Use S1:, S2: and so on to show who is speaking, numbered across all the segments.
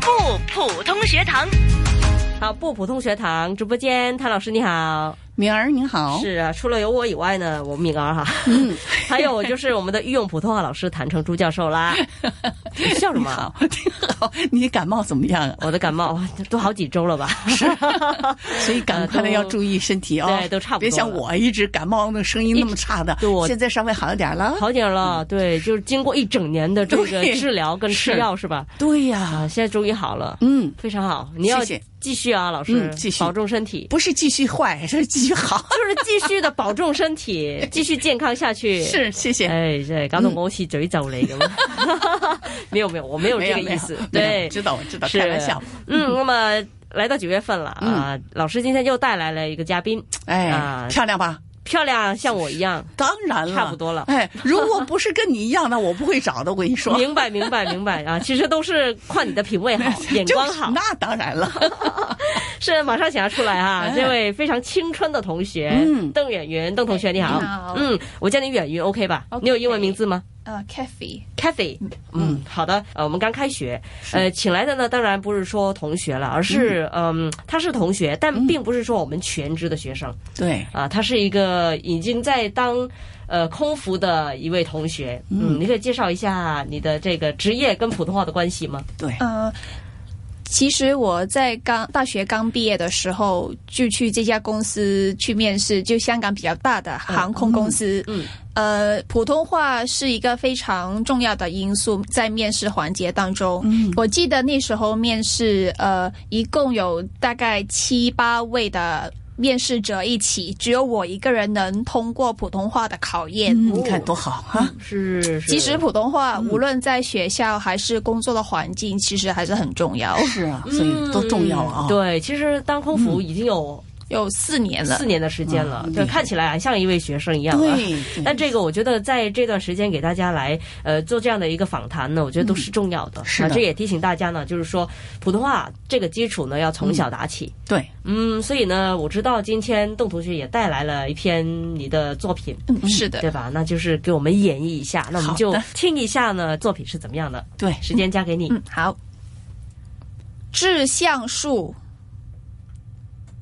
S1: 普通学堂。
S2: 好，不普通学堂直播间，谭老师你好，
S3: 敏儿您好，
S2: 是啊，除了有我以外呢，我敏儿哈，
S3: 嗯，
S2: 还有就是我们的御用普通话老师谭成珠教授 啦。你笑什么啊？
S3: 好，挺好。你感冒怎么 样啊？
S2: 我的感冒哇都好几周了吧？是，
S3: 所以赶快的要注意身体哦。
S2: 对呃都 差不多
S3: 别像我一直感冒，那声音那么差的。
S2: 对我
S3: 现在稍微好一点了。
S2: 好点了。对，就是经过一整年的这个
S3: 对
S2: 治疗跟吃
S3: 是
S2: 药是吧？
S3: 对呀、
S2: 啊，现在终于好了，
S3: 嗯，
S2: 非常好。你要
S3: 谢谢
S2: 继续啊，老师，
S3: 嗯继续
S2: 保重身体。
S3: 不是继续坏，是继续好。
S2: 就是继续的保重身 体，继续健康下去。。
S3: 是，谢谢。
S2: 哎，对，搞到我好似诅咒你 咁。没有没有，我没有
S3: 没
S2: 这
S3: 有
S2: 个
S3: 没
S2: 意
S3: 有
S2: 思。
S3: 没有
S2: 对，
S3: 知道我知道，
S2: 是
S3: 开玩笑。
S2: 嗯，那么来到九月份了啊，老师今天又带来了一个嘉宾，
S3: 哎，
S2: 啊
S3: 漂亮吧？
S2: 漂亮像我一 样。
S3: 当然了，
S2: 差不多了
S3: 哎，如果不是跟你一样的， 我不会找的。我跟你说，，
S2: 明白，明白，明白 啊！其实都是靠你的品味 好眼光好
S3: 就是。那当然 了。
S2: 是马上想要出来啊！
S3: 哎
S2: 这位非常青春的同学，
S3: 嗯
S2: 邓远云，邓同学你好。
S4: 你好
S2: 嗯，我叫你远云，OK 吧
S4: OK
S2: 你有英文名字吗
S4: 呃 c a f e
S2: ？Cathy。嗯，好的。呃，我们刚开学，呃，请来的呢，当然不是说同学了，而是嗯、他是同学，但并不是说我们全职的学生
S3: 对，
S2: 啊、他是一个已经在当。呃，空服的一位同学，嗯，你可以介绍一下你的这个职业跟普通话的关系吗？
S3: 对，
S4: 呃，其实我在刚大学刚毕业的时候，就去这家公司去面试，就香港比较大的航空公司。
S2: 嗯嗯
S4: 呃，普通话是一个非常重要的因素在面试环节当中。嗯，我记得那时候面试，呃，一共有大概七八位的。面试者一起，只有我一个人能通过普通话的考验。
S3: 你看多好哈。
S2: 是，是嗯
S4: 其实普通话无论在学校还是工作的环境，其实还是很重要。
S2: 哎
S3: 是啊，所以多重要
S2: 嗯！
S3: 啊
S2: 对，其实当空服已经有
S4: 有四年了，
S2: 四年的时间了，
S3: 嗯
S2: 对，
S3: 厉害
S2: 看起来还像一位学生一样啊。
S3: 对，对
S2: 但这个我觉得在这段时间给大家来呃做这样的一个访谈呢，我觉得都是重要的。
S3: 嗯是
S2: 啊，
S3: 的
S2: 这也提醒大家呢，就是说普通话这个基础呢要从小打起。
S3: 对，
S2: 嗯，所以呢，我知道今天邓同学也带来了一篇你的作品，
S4: 嗯，是的，
S2: 对吧？那就是给我们演绎一下，那我们
S3: 好
S2: 就
S3: 的
S2: 听一下呢作品是怎么样的。
S3: 对，
S2: 时间交给你，
S4: 嗯，好。志向树，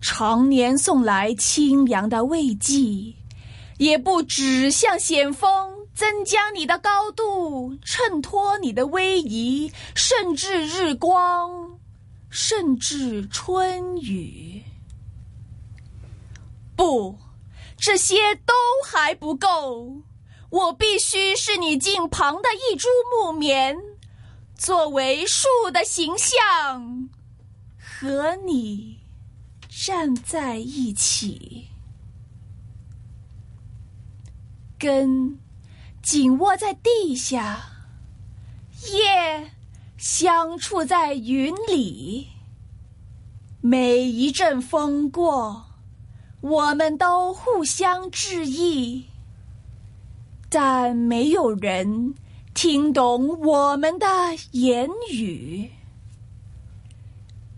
S4: 常年送来清凉的慰藉，也不止向险峰增加你的高度，衬托你的威仪，甚至日光，甚至春雨。不，这些都还不够，我必须是你近旁的一株木棉，作为树的形象。和你站在一起，根紧握在地下，叶相触在云里。每一阵风过，我们都互相致意，但没有人听懂我们的言语。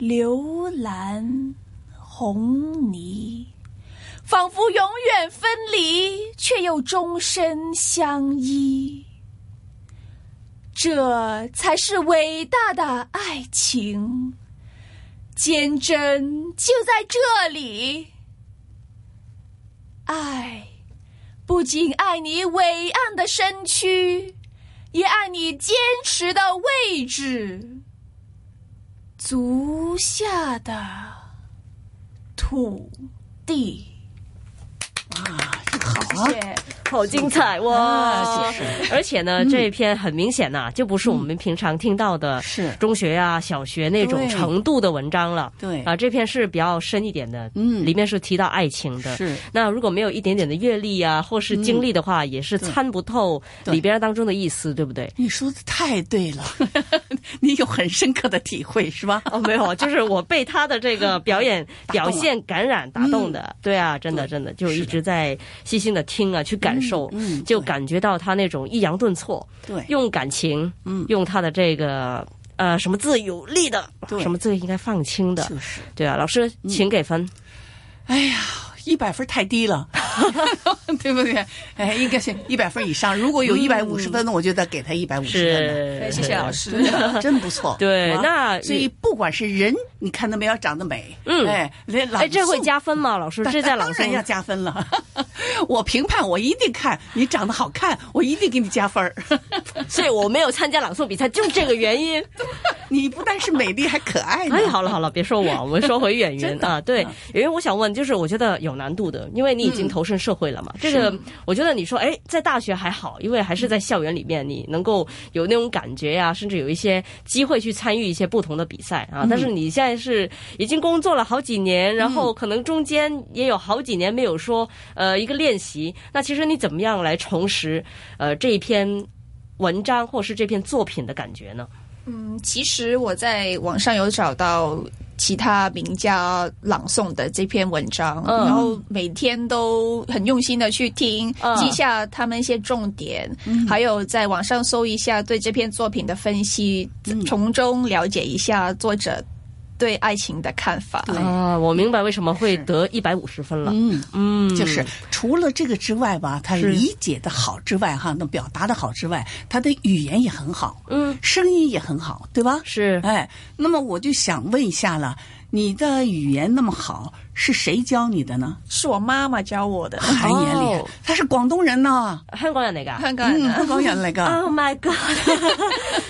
S4: 流岚红泥，仿佛永远分离，却又终身相依。这才是伟大的爱情，坚贞就在这里。爱，不仅爱你伟岸的身躯，也爱你坚持的位置。足下的土地。
S3: 哇，这个好啊
S4: 谢，谢。
S2: 好精彩
S3: 啊嗯
S2: 哇！
S3: 是
S2: 而且呢，这一篇很明显呐、就不是我们平常听到的
S3: 嗯是
S2: 中学啊、小学那种
S3: 对
S2: 程度的文章了。
S3: 对
S2: 啊，这篇是比较深一点的，
S3: 哎嗯
S2: 里面是提到爱情的。
S3: 是
S2: 那如果没有一点点的阅历啊，或是经历的话，也是参不透
S3: 对
S2: 里边当中的意思，对不 对？
S3: 你说的太对了， 你有很深刻的体会是吧？
S2: 哦，没有，就是我被他的这个表演 表现感
S3: 嗯
S2: 染 打动的。对啊，真的真的，就一直在细心的听啊，去感受，
S3: 嗯嗯
S2: 就
S3: 对
S2: 感觉到他那种抑扬顿挫，
S3: 对，
S2: 用感情，
S3: 嗯
S2: 用他的这个呃什么字有力的，
S3: 对
S2: 什么字应该放轻的，
S3: 就是，嗯
S2: 对啊。老师，请给分。
S3: 哎呀。一百分太低 了，对不对？哎，应该是一百分以上。如果有
S2: 嗯
S3: 一百五十分，我就得给他一百五十分的。
S2: 是
S4: 对，哎谢谢老。师。
S3: 真不错。
S2: 对
S3: 好吧
S2: 那
S3: 所以不管是人，你看到没有，长得美，
S2: 嗯
S3: 哎，连朗
S2: 哎，这会
S3: 诵，
S2: 加分吗？老师，这在
S3: 当
S2: 朗
S3: 然要
S2: 诵。
S3: 加分了。 我评判，我一定看你长得好看，我一定给你加分儿。
S2: 所以我没有参加朗诵比赛，就这个原因。
S3: 你不但是美丽，还可爱呢。
S2: 哎，好了好了，别说我，我 们说回演员
S3: 真的嗯
S2: 啊。对，演员，我想问，就是我觉得有难度的，因为你已经投身社会了
S3: 嗯
S2: 嘛。这个，我觉得你说，哎，在大学还好，因为还是在校园里面，你能够有那种感觉呀、甚至有一些机会去参与一些不同的比赛
S3: 嗯
S2: 啊。但是你现在是已经工作了好几年，然
S3: 嗯
S2: 后可能中间也有好几年没有说呃一个练习。那其实你怎么样来重拾呃这一篇文章或是这篇作品的感觉呢？
S4: 嗯，其实我在网上有找到其他名家朗诵的这篇文章，
S2: 嗯
S4: 然后每天都很用心的去听，
S2: 嗯
S4: 记下他们一些重点，还有在网上搜一下对这篇作品的分析，从中了解一下作者对爱情的看法。
S3: 对
S2: 啊，我明白为什么会
S3: 是
S2: 得一百五十分了。
S3: 嗯，
S2: 嗯，
S3: 就是除了这个之外吧，他
S2: 是
S3: 理解的好之外，哈，能表达的好之外，他的语言也很好，
S2: 嗯，
S3: 声音也很好，对吧？
S2: 是
S3: 哎，那么我就想问一下了，你的语言那么好，是谁教你的呢？
S4: 是我妈妈教我的，
S3: 韩言厉害
S2: 哦，哎
S3: 他是广东人呢，
S2: 香港人嚟噶。
S4: 看看
S3: 嗯，
S4: 呢。
S3: 香港人来个，
S2: Oh my god！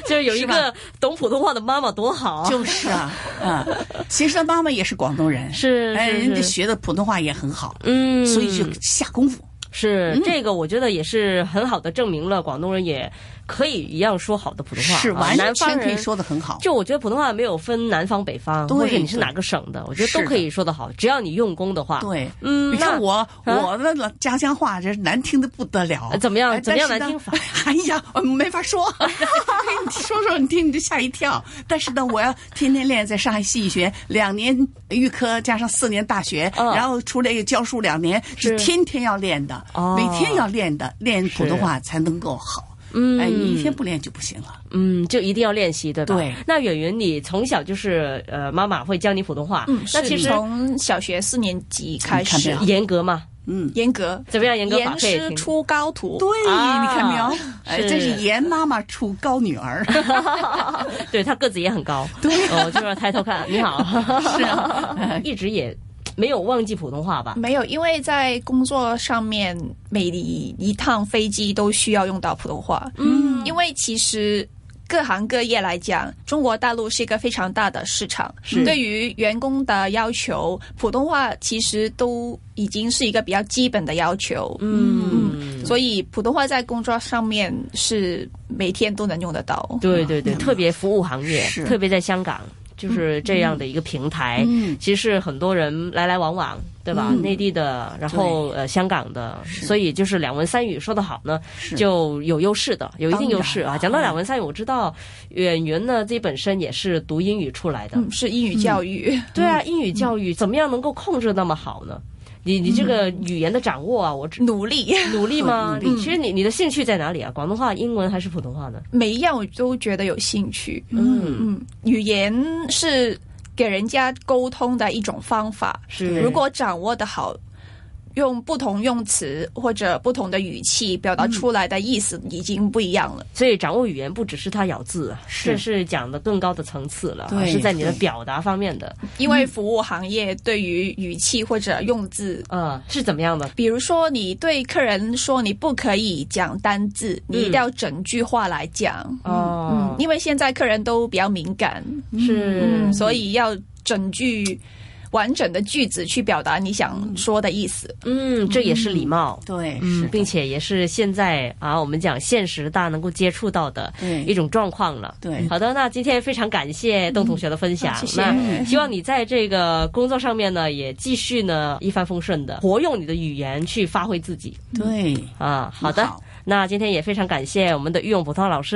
S2: 就是有一个懂普通话的妈妈多好，
S3: 就是 啊，啊，其实他妈妈也是广东人，
S2: 是
S3: 哎，
S2: 是
S3: 人家
S2: 是
S3: 学的普通话也很好，
S2: 嗯，
S3: 所以就嗯下功夫，
S2: 是这个，我觉得也是很好的证明了广东人也可以一样说好的普通话，
S3: 是
S2: 啊
S3: 完
S2: 南方
S3: 全可以
S2: 人。
S3: 说的很好，
S2: 就我觉得普通话没有分南方北方，
S3: 对
S2: 或者你是哪个省的，我觉得都可以说得好，只要你用功的话。，
S3: 对。
S2: 嗯，
S3: 你看
S2: 那
S3: 我我的老家乡话，这难听的不得了
S2: 呃。怎么样
S3: 哎
S2: 怎么样
S3: 但是呢
S2: 难听法
S3: 哎呀，我没 法说。哎你说说，你听你就吓一跳。但是呢，我要天天练，在上海戏剧学两年预科，加上四年大学，
S2: 嗯
S3: 然后出来又教书两年，
S2: 是
S3: 是天天要练的，
S2: 哦
S3: 每天要练的，练普通
S2: 是
S3: 话才能够好。
S2: 嗯，
S3: 哎，你一天不练就不行了。
S2: 嗯，就一定要练习，对吧？
S3: 对。
S2: 那远远，你从小就是呃，妈妈会教你普通话，
S4: 嗯，
S2: 那
S4: 是
S2: 其实
S4: 从小学四年级开
S3: 你看这
S4: 始
S3: 样，
S2: 严格嘛，
S3: 嗯，
S4: 严格
S2: 怎么样严格法
S4: 严
S2: 可以
S4: 师
S2: 听
S4: 出高徒。
S3: 对，
S2: 啊
S3: 你看没有？哎，
S2: 是
S3: 这是严妈妈出高女儿。
S2: 对他个子也很高，对，哦，就是抬头看，你好，是啊， 一直也没有忘记普通话吧？
S4: 没有，因为在工作上面，每一一趟飞机都需要用到普通话。嗯，因为其实各行各业来讲，中国大陆是一个非常大的市场，对于员工的要求，普通话其实都已经是一个比较基本的要求。
S2: 嗯，
S4: 所以普通话在工作上面是每天都能用得到。
S2: 对对对，特别服务行业，
S3: 是
S2: 特别在香港，就是这样的一个平台，
S3: 嗯
S2: 其实很多人来来往往。对吧？内地的，然后呃，香港的，所以就是两文三语说得好呢， 就有优势的，有一定优势啊。讲到两文三语，我知道演员呢自己本身也是读英语出来的，
S4: 嗯，是英语教育。
S2: 对啊，英语教育怎么样能够控制那么好呢？你你这个语言的掌握啊，我只
S4: 努力，
S2: 努力吗？
S3: 努
S2: 你其实你你的兴趣在哪里啊？广东话、英文还是普通话呢？
S4: 每一样我都觉得有兴趣。
S2: 嗯，
S4: 嗯，语言是给人家沟通的一种方法，
S2: 是
S4: 如果掌握的好，用不同用词或者不同的语气表达出来的意思已经不一样了。
S2: 所以掌握语言不只是它咬字，啊
S3: 是
S2: 这是讲的更高的层次了，
S3: 对
S2: 是在你的
S3: 对
S2: 表达方面的，
S4: 因为服务行业对于语气或者用字。
S2: 呃，是怎么样的？
S4: 比如说，你对客人说你不可以讲单字，你一定要整句话来讲。嗯
S2: 哦，，
S4: 因为现在客人都比较敏感，
S2: 是
S4: 嗯，所以要整句完整的句子去表达你想说的意思。
S2: 嗯，这也是礼貌。
S3: 对，
S2: 嗯
S3: 是，
S2: 并且也是现在啊，我们讲现实大家能够接触到的
S3: 对
S2: 一种状况了。
S3: 对嗯
S2: 好的，那今天非常感谢邓同学的分享。
S4: 谢谢
S2: 那希望你在这个工作上面呢，也继续呢一帆风顺
S3: 嗯
S2: 的，活用你的语言去发挥自己
S3: 对。
S2: 啊。好的，
S3: 嗯好
S2: 那今天也非常感谢我们的御用普通话老师